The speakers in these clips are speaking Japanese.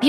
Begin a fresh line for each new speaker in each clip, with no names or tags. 美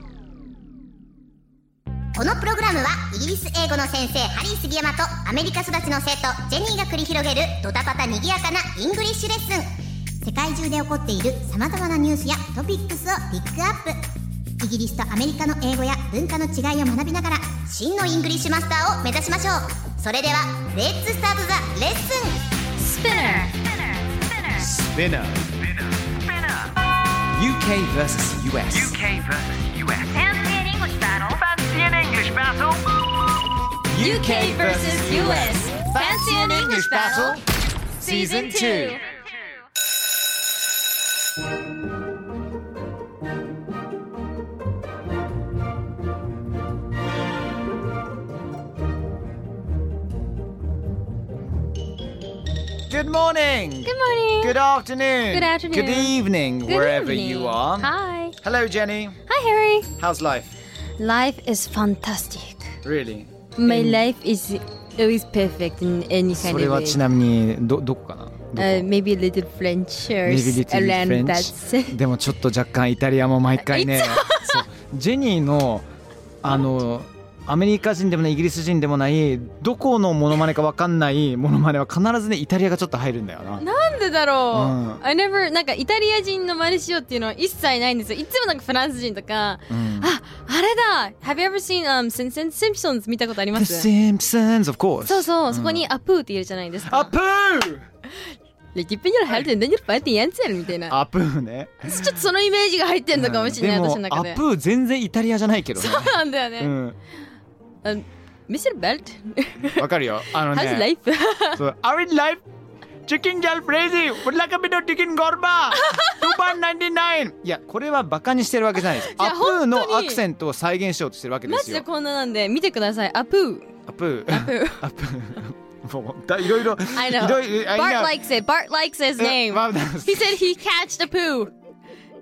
このプログラムはイギリス英語の先生ハリー杉山とアメリカ育ちの生徒ジェニーが繰り広げるドタパタにぎやかなイングリッシュレッスン世界中で起こっている様々なニュースやトピックスをピックアップイギリスとアメリカの英語や文化の違いを学びながら真のイングリッシュマスターを目指しましょうそれではレッツスタートザレッスン
Spinner. UK versus US.
UK versus US. Fancy an English battle. Fancy an English battle.
UK versus US. Fancy an English battle? Season 2.
Good morning. Good morning. Good afternoon.
Good afternoon.
Good evening,
Good
wherever
evening.
you are.
Hi.
Hello, Jenny.
Hi, Harry.
How's life?
Life is fantastic.
Really?
My life is always perfect in any
そ
kind
れ
of
は
way.
ちなみにどどこかなどこ
Uh, maybe a little French or
Maybe little
around
French
that.
でもちょっと若干イタリアも毎回ね そうジェニーのあのアメリカ人でもないイギリス人でもないどこのモノマネかわかんないモノマネは必ずねイタリアがちょっと入るんだよな
なんでだろう、
うん
I never なんかイタリア人の真似しようっていうのは一切ないんですよいつもなんかフランス人とか、
ん
ああれだ Have you ever seen、um, Sin- Sin- Simpsons 見たことあり
The
ます
Simpsons of course
そうそう、そこにアプーって言えるじゃないですか
アプー
レキッペニャラハルテンデニャルパイティヤンツェルみたいな
アプー ね
ちょっとそのイメージが入ってんのかもしれない、
うん
私の中で
でもアプー全然イタリアじゃないけどね
そうなんだよね、
うん
ミスルベルト
わかるよあの
How's
ね
life?
そうアリライフチキンギャルフレイジーブラカビのチキンゴルバー番99いやこれはバカにしてるわけじゃない です
や
アプー
本当
の
に
アクセントを再現しようとしてるわけで
マ
す
ジで
よ
こんななんで見てくださいアプ
アプ
ーア
ー
プー
アプー もうだいろいろ
I
いろ
know
いろ
Bart likes it Bart likes his
え
name
まあ
He said he catched a poo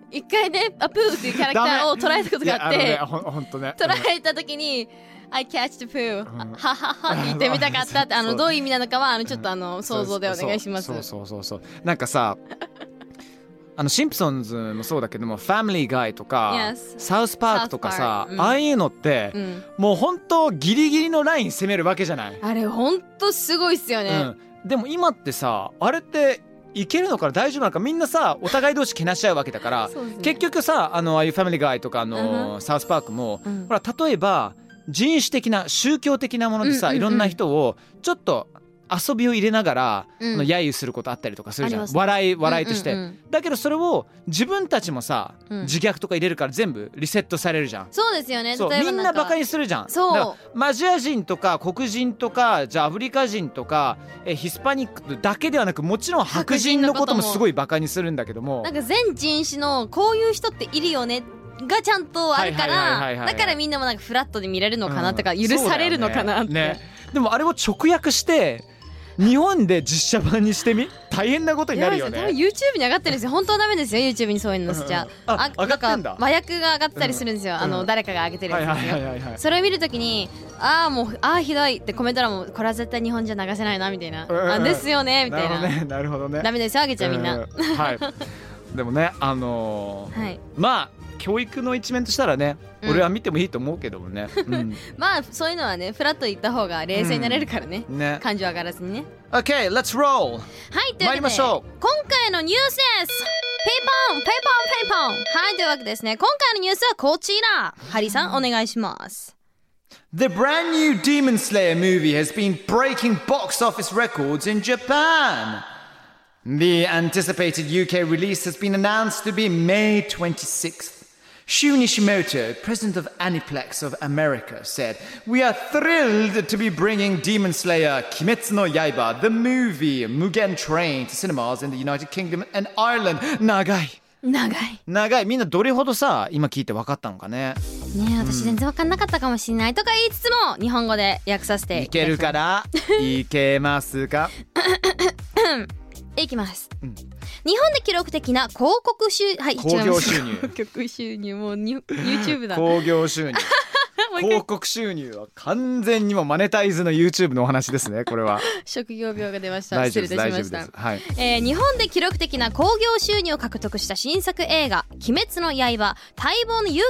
一回ねアプーっていうキャラクタ ーを捉えたことがあっ
い
て
やあのねほん ほんとね
捉えた時に I catched a poo
ん
はははって言ってみたかったって あ
そ
の
う
どういう意味なのかはあのちょっとあの想像でお願いします
そうそうそうそうそうなんか さあのシンプソンズもそうだけども「ファミリー・ガイ」とか
Yes
サウスパーク」とかさ、
South Park うん
ああいうのって、
うん
もう本当ギリギリのライン攻めるわけじゃない、
あれほんとすごいっすよね
うん、でも今ってさあれっていけるのかな大丈夫なのかみんなさお互い同士けなし合うわけだから、
そうですね
結局さあのああいう「ファミリー・ガイ」とかあの、サウスパークも、
うん
ほら例えば人種的な宗教的なものでさ、
うんうんうん
いろんな人をちょっと遊びを入れながら、
うん
あの揶揄することあったりとかするじゃ
あ
ん
ります
笑い笑いとして、
うんうんうん
だけどそれを自分たちもさ、
うん
自虐とか入れるから全部リセットされるじゃん。
そうですよね
そう
例え
み
ば
ん
な
なん
か
バカにするじゃん
そう
だからマジア人とか黒人とかじゃあアフリカ人とかえヒスパニックだけではなくもちろん白人のことも
白人のことも
すごいバカにするんだけども
なんか全人種のこういう人っているよねがちゃんとあるか
はいはいはいはい
ら
はい
だからみんなもなんかフラットで見れるのかなと
う
か
ん
許されるのかなっ
そうだよね
て
ねでもあれを直訳して日本で実写版にしてみ大変なことにな
やば
る
いで
よ
すね
ね
多分 YouTube に上がってるんですよ本当はダメですよ YouTube にそういうのしちゃ
うんうんあ上がってんだ
なんか麻薬が上がってたりするんですよあ
う
の
ん
誰かが上げてる
はい
や
は
つ
い
です
はい
よ
はいはい
それを見るときにああもうああひどいってコメント欄もこれは絶対日本じゃ流せないなみたいな
うんうん
あですよねみたい
なるほど
な
ねなるほどね
ダメですよあげちゃみん
う
な
はいでもねあのー
はい
まあ教育の一面としたらね、
うん
俺は見てもいいと思うけどもね、 うん
まあそういうのはねフラット言った方が冷静になれるからね
ね
感情上がらずにね
OK let's roll
はい、という
参
わ
り
けで
ましょ
今回のニュースですペイポンペイポンペイポンはい、というわけでですね、今回のニュースはこちらハリーさん、お願いします。
The brand new Demon Slayer movie has been breaking box office records in Japan. The anticipated UK release has been announced to be May 26th. Shu Nishimoto, president of Aniplex of America, said, We are thrilled to be bringing Demon Slayer Kimetsu no Yaiba, the movie Mugen Train, to cinemas in the United Kingdom and Ireland. Nagai.
長い
長いみんなどれほどさ今聞いて分かったのかね
ねえ私全然わかんなかったかもしれないとか言いつつも日本語で訳させて
いけるかららいけますか
いきます、
うん
日本で記録的な広告収はい
興
違いま
行
す
収入
広告収入もうに YouTube だ
興行収入
もう一回
広告収入は完全にもうマネタイズの YouTube のお話ですねこれ は
職業病が出ました
大
失
丈
礼
夫
い
で
た
す大丈夫
しまし
で
た
すはい
えー日本で記録的な興行収入を獲得した新作映画「鬼滅の刃」待望の UK リリ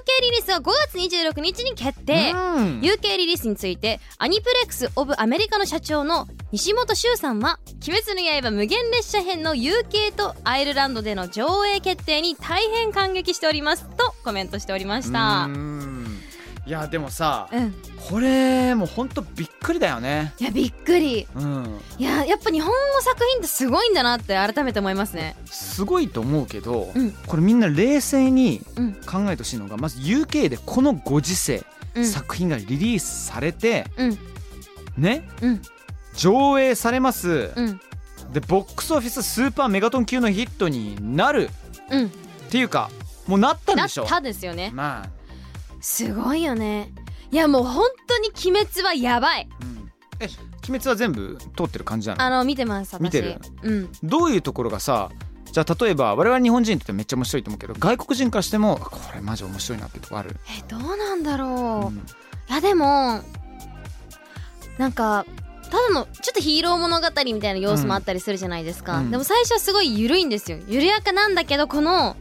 ースが5月26日に決定、
うん
UK リリースについてアニプレックス・オブ・アメリカの社長の西本修さんは「鬼滅の刃無限列車編」の UK とアイルランドでの上映決定に大変感激しておりますとコメントしておりました
うーんいやでもさ
うん、
これもうほんとびっくりだよね
いやびっくり
うん
いややっぱ日本の作品ってすごいんだなって改めて思いますね
すごいと思うけど、
うん
これみんな冷静に
うん
考えてほしいのがまず UK でこのご時世、
うん
作品がリリースされて、
うん
ね、
うん
上映されます、
うん
でボックスオフィススーパーメガトン級のヒットになる
うん
っていうかもうなったん
な
で
っ
しょ
たですよね
まあ、
すごいよねいやもう本当に「鬼滅」はやばい
うんえ鬼滅は全部通ってる感じなの
あの見てます私
見てる
うん
どういうところがさじゃあ例えば我々日本人にとってめっちゃ面白いと思うけど外国人からしてもこれマジ面白いなってとこある、
えどうなんだろう
う、
い
ん
やでもなんかただのちょっとヒーロー物語みたいな要素もあったりするじゃないですか、
うんうん
でも最初はすごい緩いんですよ緩やかなんだけどこの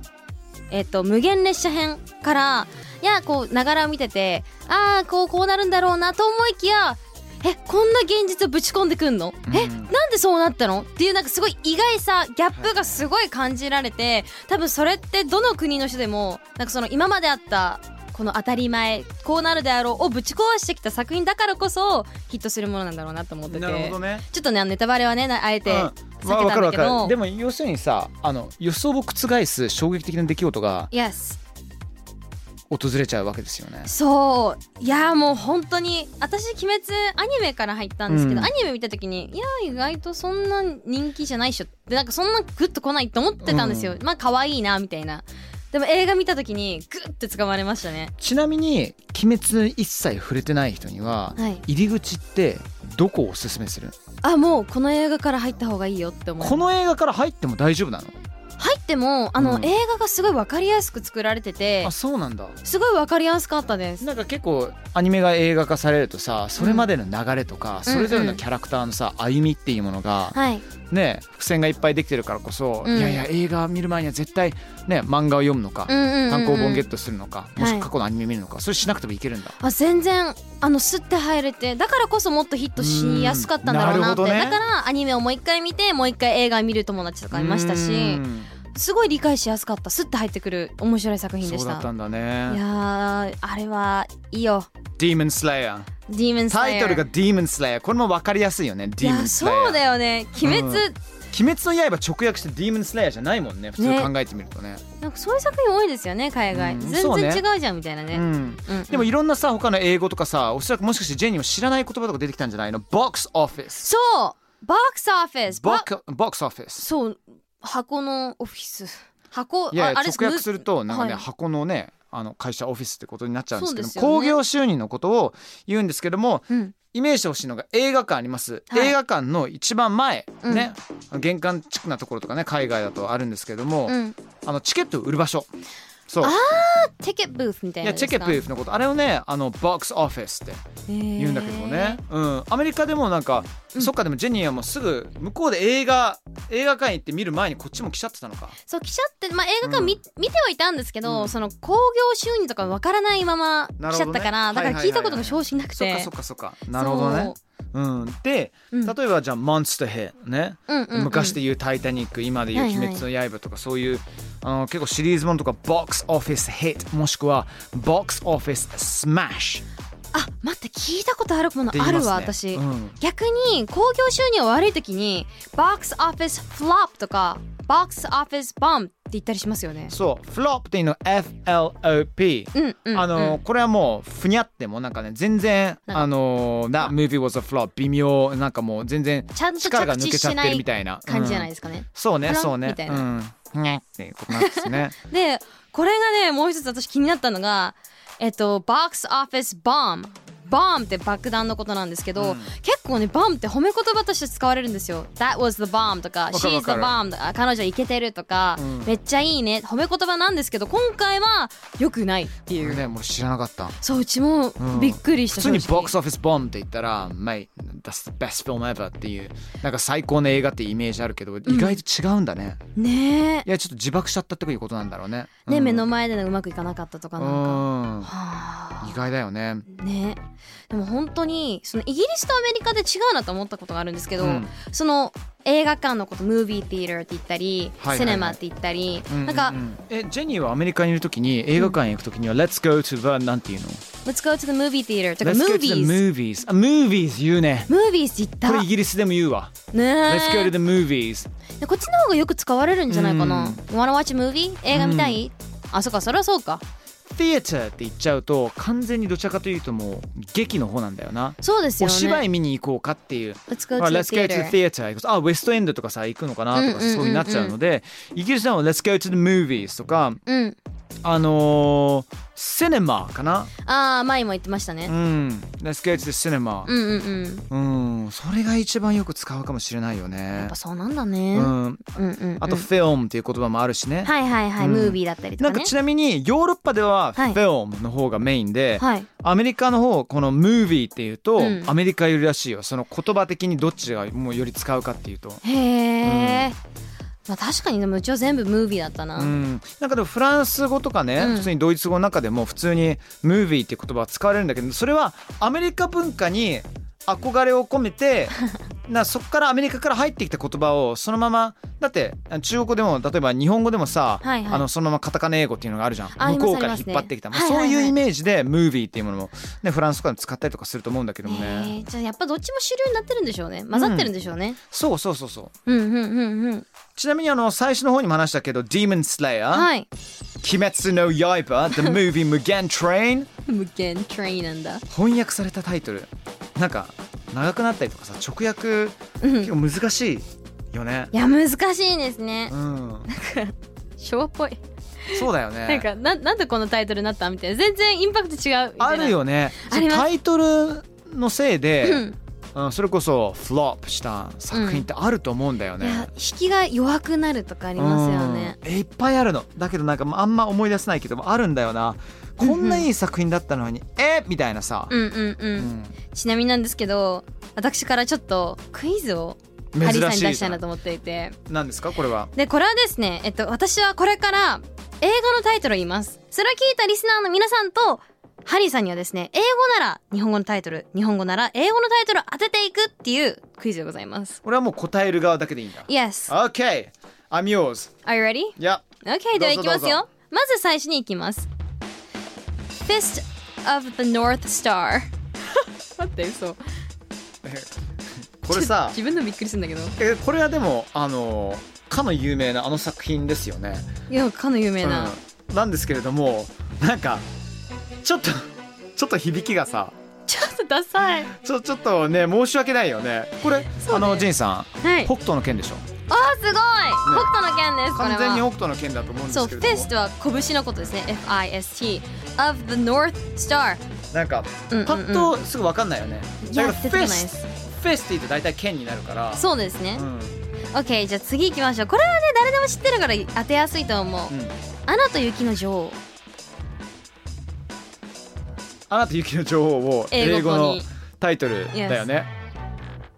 えっと無限列車編からいやこうながらを見ててああこうこうなるんだろうなと思いきやえこんな現実をぶち込んでくんの、え
うん
なんでそうなったのっていうなんかすごい意外さギャップがすごい感じられて多分それってどの国の人でもなんかその今まであったこの当たり前こうなるであろうをぶち壊してきた作品だからこそヒットするものなんだろうなと思ってて
なるほどね
ちょっとねネタバレはねなあえて
うんまあ
避け
わか
たん
る
だ
わ
け
か
ど、
るでも要するにさあの予想を覆す衝撃的な出来事が
Yes
訪れちゃうわけですよね
そういやもう本当に私「鬼滅」アニメから入ったんですけど、
うん
アニメ見た時にいや意外とそんな人気じゃないっしょでなんかそんなグッと来ないと思ってたんですよ、
う
まあ可愛いなみたいなでも映画見た時にグッて掴まれましたね
ちなみに鬼滅一切触れてない人には、
はい
入り口ってどこをおすすめする
あもうこの映画から入った方がいいよって思
こ
う
の映画から入っても大丈夫なの
入ってもあの、
うん
映画がすごい分かりやすく作られてて
あそうなんだ
すごい分かりやすかったです
なんか結構アニメが映画化されるとさそれまでの流れとか、それぞれのキャラクターのさ歩みっていうものが、
はい
ね伏線がいっぱいできてるからこそ、
うん
いやいや映画見る前には絶対ね漫画を読むのか、
うんうんうんうん
単行本ゲットするのか、もしく
はい
は過去のアニメ見るのかそれしなくてもいけるんだ
あ全然あの吸って入れてだからこそもっとヒットしやすかったんだろうなって
うーんなるほ
だ
どね
からアニメをもう一回見てもう一回映画見る友達とかいました
う
し
ん
すごい理解しやすかったスッて入ってくる面白い作品で
そ
し
うだ
た
ったんだ
い
ね
やーあれはいいよ
「ディーモンスレイヤー
「ディーメン」ス
タイトルが「ディーモンスレイヤー」これも分かりやすいよね「
い
ディーモ
や
ンスレイヤー」
そうだよね鬼滅、
う鬼滅の刃」直訳して「ディーモンスレイヤー」じゃないもんね普
ね
通考えてみるとね
なんかそういう作品多いですよね海外、
うん
全
そうね
然違うじゃんみたいなね、
う
うん
ん
うん
でもいろんなさ他の英語とかさおそらくもしかしてジェニーも知らない言葉とか出てきたんじゃないのボックスオフィス
そうボックスオフィス
ボ
ボ
ックボックスオフィス
そう箱のオフィス箱
いやいや
ああれ
直訳すると
む
なんかね、
はい
箱のねあの会社オフィスってことになっちゃうんですけど
そうですよね
興行収入のことを言うんですけども
うん
イメージしてほしいのが映画館あります、
はい
映画館の一番前、
うん
ね玄関地区なところとかね海外だとあるんですけども、
うん
あのチケットを売る場所そう
チェケブーフみたい
い
な
や
の
チェケ
ですか
プーフのことあれをねあのボックスオフィスって言うんだけどもね、うん、アメリカでもなんか、
うん
そっかでもジェニーはもうすぐ向こうで映画映画館行って見る前にこっちも来ちゃってたのか
そう記者って、まあ、映画館見,、見てはいたんですけど、
うん
その興行収入とかわからないまま
なるほ
来ちゃ
どね
ったから、だから聞いたことが正直なく
そってかそっかそっかなるほどねうんで
うん
例えばじゃあ「モンスターヘッド」ね
そう、うんうんうん、
昔で言う「タイタニック」今で言う「
はい
鬼
はい
滅の刃」とかそういうあの結構シリーズものとかボックスオフィスヘッドもしくはボックスオフィススマッシュっ
あ待って聞いたことあるもの
て言
あ
いま
る
すね
わ私、
うん
逆に興行収入悪い時にバックスオフィスフロップとかバックスオフィスボムって言ったりしますよね
そうフロップっていうのは FLOP
うんうん、うん、
あのこれはもうふにゃってもなんかね全然
なんか
あのー That movie was a flop 微妙なんかもう全然
ちゃんと
力が
着
抜
地
けちゃっ
してな
る
い
みたいな
感じじゃない
うん
ですかね、
そうね
フラン
そうね
みたいな
うんねっていうことなんです ね。
でこれがねもう一つ私気になったのがえっとボックスオフィスボムボムって爆弾のことなんですけど、結構ねボムって褒め言葉として使われるんですよ That was the bomb とか
わかる
She's
わ
the
かる
bomb とか彼女イケてるとか、
うん
めっちゃいいね褒め言葉なんですけど今回は良くないって
こ
い
れ
う、
ね、俺知らなかった。
そううちも
うん
びっくりし
普
た、
通に
正直
ボックスオフィスボムって言ったら、Mate, that's the best film ever っていう、なんか最高の映画っていうイメージあるけど、意外と違うんだね。
ね
いや、ちょっと自爆しちゃったっていうことなんだろうね。
えね
うん
目の前でのうまくいかなかったとかなんか、は
うん
あ
意外だよね。
ねでも本当にそのイギリスとアメリカで違うなと思ったことがあるんですけど、
うん
その映画館のことムービーティーラーって言ったり、
はいはいはい
セネマって言ったり、
うう
なんか、
えジェニーはアメリカにいるときに映画館へ行くときには、Let's go to the なんていうの
Let's go to the movie theater とか
Let's
ム
go
ー
to the
ビーズ
movies あ movies 言うね
ムービーズ行っ
こ
た
れイギリスでも言うわ、Let's go to
ね
the movies
えこっちの方がよく使われるんじゃないか
うん
な、You wanna watch a movie? 映画見たい、あそっかそれはそうか
Theater って言っちゃうと完全にどちらかというともう劇の方なんだよな
そうですよ
お
ね
芝居見に行こうかっていう
Let's
あ
go to
Let's
the
go to the
theater
theater 行くとあウェストエンドとかさ行くのかなとか
うんうんうんうん
そうになっちゃうのでイギリスでも Let's go to the movies とか
うん
あのー、セネマかな
ああ前も言ってました
う
ね、
ん Let's go to the cinema
うん、うんうん
うん、それが一番よく使うかもしれないよ
やっ
ね
ぱ。そうなんだ
う
ね、うん、
ん、
うんうん
あと「フィルム」っていう言葉もあるしね。
はいはいはい、
うん
ムービーだったりと
な
か
んか
ね
ちなみにヨーロッパでは「フ
はい
ィルム」の方がメインで、
はい
アメリカの方この「ムービー」っていうと
うん
アメリカよりらしいよその言葉的にどっちがもうより使うかっていうと。
へえ、まあ確かにでもうちは全部ムービーだったな、
うん、なんかでもフランス語とかね、
うん
普通にドイツ語の中でも普通に「ムービー」っていう言葉は使われるんだけどそれはアメリカ文化に憧れを込め てなそこからアメリカから入ってきた言葉をそのままだってあ中国語でも例えば日本語でもさ、
はいはい
あのそのままカタカナ英語っていうのがあるじゃん
あり
向
ま
こ
す
うから
あ
引
ります
っ
ね
張ってきた、まあ
はいはいはい
そういうイメージで「ムービー」っていうものも、ね、フランスとかでも使ったりとかすると思うんだけどもね、
へえじゃあやっぱどっちも主流になってるんでしょうね混ざってるんでしょうね、
そうそうそうそう
うん、うんうんうん
ちなみにあの最初の方にも話したけど「Demon Slayer」
はい
鬼滅の刃」「The Movie Mugen Train」
無限トレインなんだ
翻訳されたタイトルなんか長くなったりとかさ直訳結構難しいよね
いや難しいですね
うん
昭和っぽい
そうだよね
なんかななんでこのタイトルになったみたいな全然インパクト違うみたいな
あるよね
あります
そのタイトルのせいで、
うん
うんそれこそフロップした作品ってあると思うんだよ
いや
ね、
引きが弱くなるとかありますよね
うんえいっぱいあるのだけどなんかあんま思い出せないけどあるんだよなこんないい作品だったのに、えみたいなさ、
うんうんうん、
うん
ちなみになんですけど私からちょっとクイズを
珍
ハリーさんに
しい
出し
じ
た
ゃ
い
ん
なと思っていて
なんですかこれは
でこれはですね、えっと、私はこれから英語のタイトルを言いますそれを聞いたリスナーの皆さんとハリーさんにはですね英語なら日本語のタイトル日本語なら英語のタイトルを当てていくっていうクイズでございます
俺はもう答える側だけでいいんだ
Yes
OK I'm yours
Are you ready?
Yeah
Okay では
ど
い
ぞ
うきます
どう
よまず最初に行きます Fist of the North Star 待って嘘
これさ
自分でもびっくりするんだけど
えこれはでもあのかの有名なあの作品ですよね。
いやかの有名な、
うん、なんですけれどもなんかちょっとちょっと響きがさ
ちょっと ダサい
ちょちょっとね申し訳ないよね。これ、あのジンさん
はい
北斗の剣でしょ。
あーすごい、北斗の剣ですこれは
完全に北斗の剣だと思うんで
そう、
すけ
フ
れ
ィ
ど
ス
も
トは拳のことですね。F-I-S-T。of the North Star。
なんか
うんうんうん
パッとすぐ分かんないよね。
い
だ
や
から
出て
フ
こな
ェ
いで
ス
す
フェスって言うと大体剣になるから。
そうですね
う。ん
OK、じゃあ次行きましょう。これはね、誰でも知ってるから当てやすいと思う。
うん
アナと雪の女王。
あなた雪の女王を英
英
語
語
の
に
タイトルだよね。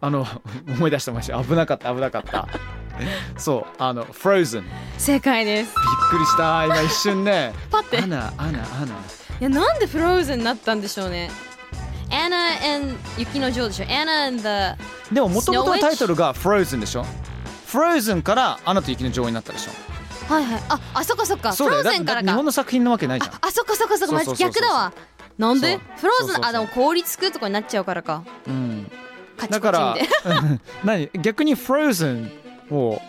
あの 思い出してました。危なかった危なかった。 そうあの Frozen びっ
正解です。
くりした今一瞬 ね。
パって。
アナアナアナ。
いや、なんでフローズンになったんでしょうね。アナ and 雪の女王でしょ。アナ and the
でも元々
Snow
の
Witch
タイトルが Frozen でしょ。Frozen からアナと雪の女王になったでしょ。
はいはい。あ、あそっかそっか。フ
だ
ロ
よ。
ー
だ
ズンか
だ
ら
日
か
本。の作品なわけないじゃん
あ。あそっかそっかそっか。ま
そうそうそう
ず
そう
逆だわ。なんで
そう
フローズ
そうそうそ
ン、
う
あ、でも氷つくとかになっちゃうからか。
うん。
カチ
だ
コチ
か
みた
ら
いな。
うん 何逆に Frozen を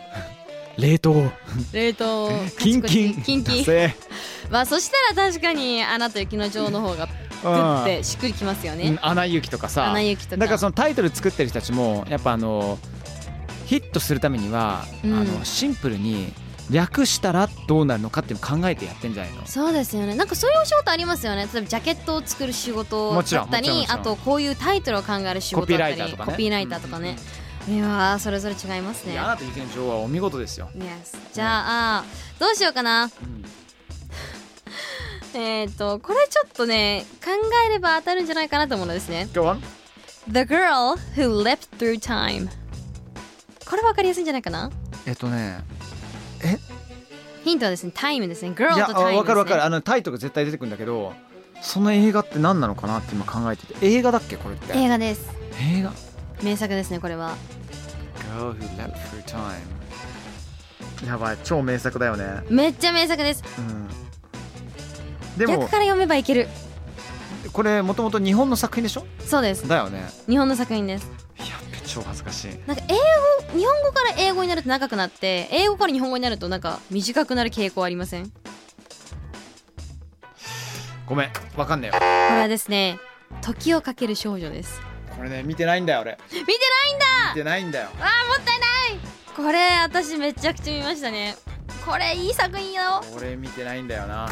冷凍
冷凍。
キンキン
カチコチキンキン
だ。ぜ
まあそしたら確かに「アナと雪の女王」の方がグッてしっくりきますよ
うん
ね。、
アナ雪とかさ
アナ雪とか
だからそのタイトル作ってる人たちもやっぱあのヒットするためには、
うん
あのシンプルに略したらどうなるのかっていうのを考えてやってんじゃないの
そうですよねなんかそういうお仕事ありますよね例えばジャケットを作る仕事
もち
だ
ろん
った
もちろんも
り
ちろ
あ
ん
とこういうタイトルを考える仕事だったり
コピーライターとかね
コピーライターとかねいやーそれぞれ違います
い
ね
やあなた意見上はお見事ですよ
Yes じゃあどうしようかな、えっとこれちょっとね考えれば当たるんじゃないかなと思うのですね
Go on
The girl who leapt through time これわかりやすいんじゃないかな
えっとね
ヒントはですねタイムですね girl
いや
と
あ
タイムですね
わかるわかるあのタイトルが絶対出てくるんだけどその映画って何なのかなって今考えてて映画だっけこれって
映画です
映画
名作ですねこれは
Girl Who Left Through Time やばい超名作だよね
めっちゃ名作です
うんで
逆
も
から読めばいける
これもともと日本の作品でしょ
そうです
だよね
日本の作品です
やっべ超恥ずかしい
なんか英語日本語から英語になると長くなって英語から日本語になるとなんか短くなる傾向ありませんこ
ごめんわかんねえよ
れはですね時をかける少女です
これね見てないんだよ俺
見てないんだ
見てないんだよ
あーもったいないこれ私めちゃくちゃ見ましたねこれいい作品よ
俺見てないんだよな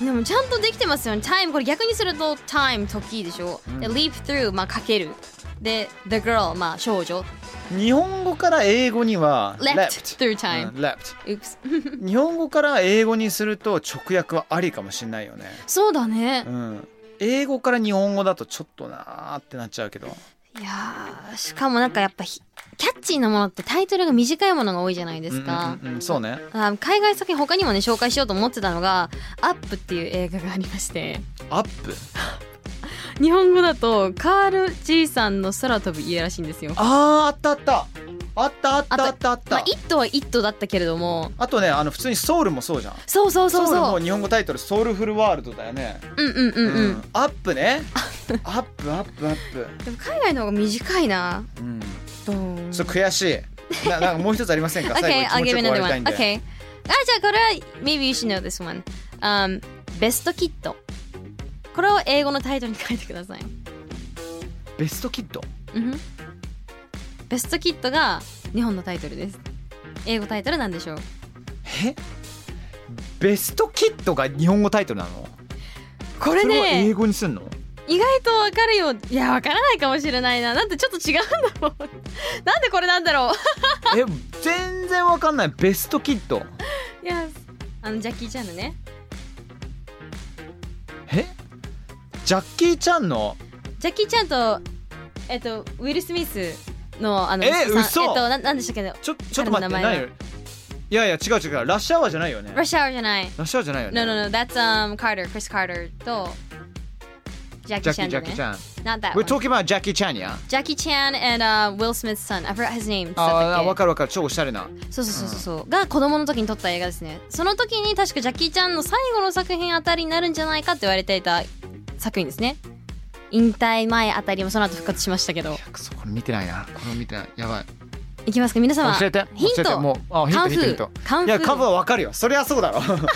でもちゃんとできてますよねタイムこれ逆にするとタイム時でしょ、で leap through まあかけるで the girl まあ少女
日本語から英語には
left through time、
うん left
Oops
日本語から英語にすると直訳はありかもしれないよね
そうだね
うん英語から日本語だとちょっとなーってなっちゃうけど
いやーしかもなんかやっぱひキャッチーなものってタイトルが短いものが多いじゃないですか、
うんうんうんうんそうね
あー海外作品他にもね紹介しようと思ってたのが「アップっていう映画がありまして
アップ
日本語だとカール・ジーさんの空飛ぶ家らしいんですよ。
あーあったあったあったあったあったあった
まあ、イットはイットだったけれども
あとねあの普通にソウルもそうじゃん
そうそうそう
ソウル
そ
も
う
日本語タイトルソウルフルワールドだよね
うんうんうんうん、
うんアップねアップアップアップ
でも海外の方が短いな
うん
どう
ちょっと悔しいな なんかもう一つありませんか
Okay,
最後
I'll
に気
give
持
you
ちよく終
another
わりたい
one.
んで
Okay. あ、じゃあこれは、maybe you should know this one. Um, ベストキット。これを英語のタイトルに書いてください。
ベストキッド
うんふんベストキットが日本のタイトルです。英語タイトルなんでしょう
えベストキッドが日本語タイトルなの
これ
それは英
ね、
語にすんの
意外とわかるよ。いや、わからないかもしれないな。なんてちょっと違うん だろう。なんでこれなんだろう。
え全然わかんないベストキッド
Yes あの、ジャッキー・チャンのね。
えジャッキー・チャンの
ジャッキー・チャンと、えっと、ウィル・スミスの、あの、
え
息子さん
嘘
えっと、ななんでしたっけど、
ちょちょっと待って
彼の名前は
何よいやいや違う違うラッシュアワーじゃないよね
ラッシュアワーじゃない。
ラッシュアワーじゃないよね
No, no, no. That's um Carter, Chris Carter とジャッ
ジ
キ
ャッ
ーチ
キ
ャ
ー・
ン
ジ
だ
ャッキー・チ
ね。
ャン
Not that
We're
one.
talking about ジャッキー・チャンや
Jackie Chan and uh, Will Smith's son. I forgot his name.
あー
そうだ
わ
っけ
かるわかる超おしゃれな
そうそうそうそう。が子供の時に撮った映画ですね。その時に確かジャッキーチャンの最後の作品あたりになるんじゃないかって言われていた作品ですね。引退前あたりもその後復活しましたけど。
くそこれ見てないなこれ見てないやばい
いきますか皆様。
教えて
ヒ
教
ン
えて
ト。
もうあヒント
カン
ヒントヒン
フ
ト
ー。カン
い
フ
やカブ
ー。
はわかるよそりゃそうだろカブ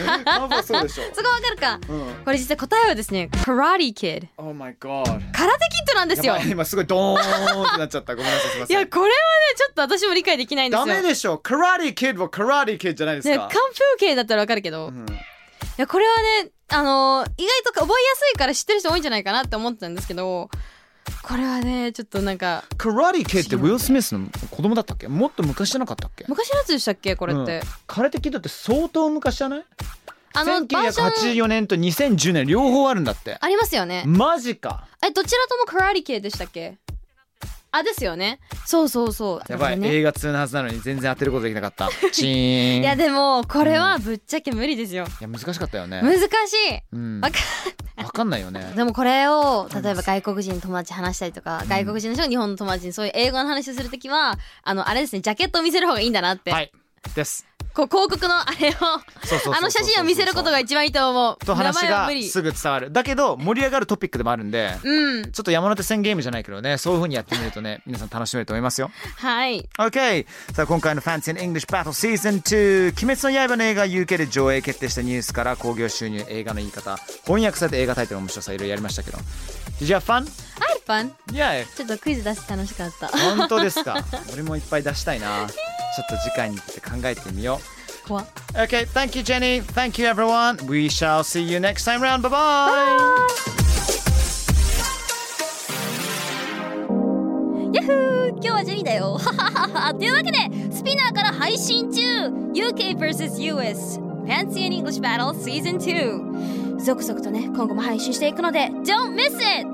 はそうでしょ
そこわかるか。
うん
これ実は答えはですね、Karate Kid。
Oh my god
空手キッドなんですよ。
やばい今すごいドーンってなっちゃったごめんなさいすいま
い
せん
やこれはねちょっと私も理解できないんです
ダ
よ。
メでしょカラティキッドはカラティキッドじゃないです
ね、
か、
完封系だったらわかるけど、
う
い
ん
やこれはね、あのー意外と覚えやすいから知ってる人多いんじゃないかなって思ったんですけどこれはねちょっとなんか
カラティキッドってウィル・スミスの子供だったっけもっと昔じゃなかったっけ
昔のやつでしたっけこれって、
うんカラティキッドって相当昔じゃない
あのバージ
1984
ョン
年と2010年両方あるんだって
ありますよね
マジか
えどちらともカラリ系でしたっけあですよねそうそうそう
やばい、
ね
映画通のはずなのに全然当てることできなかったチーン
い
いや
やでもこれはぶっちゃけ無理ですよ
難しかったよね
難しい
うん
わか
わかんない よね
でもこれを例えば外国人の友達に話したりとか、外国人の人が日本の友達にそういう英語の話をするときはあのあれですねジャケットを見せる方がいいんだなって、
はいです
こう広告のあれを
そうそうそうそうそう
あの写真を見せることが一番いいと思う
と話
名前は
が
無理
すぐ伝わるだけど盛り上がるトピックでもあるんで
うん
ちょっと山手線ゲームじゃないけどねそういう風にやってみると ね皆さん楽しめると思いますよ
はい
OK さあ今回の Fancy in English Battle Season 2「鬼滅の刃」の映画 UK で上映決定したニュースから興行収入映画の言い方翻訳された映画タイトルの面白さいろいろやりましたけど Did you have fun?
アイパン
Yeah
ちょっとクイズ出して楽し かった
本当ですか俺もいっぱい出したいなちょっと次回に行って考えてみよう
怖
Okay, thank you, Jenny. Thank you, everyone. We shall see you next time round. Bye bye.
ヤッフー今日はジェニーだよははははというわけでスピナーから配信中 UKVSUS Fancy and English Battle Season 2続々とね今後も配信していくので Don't miss it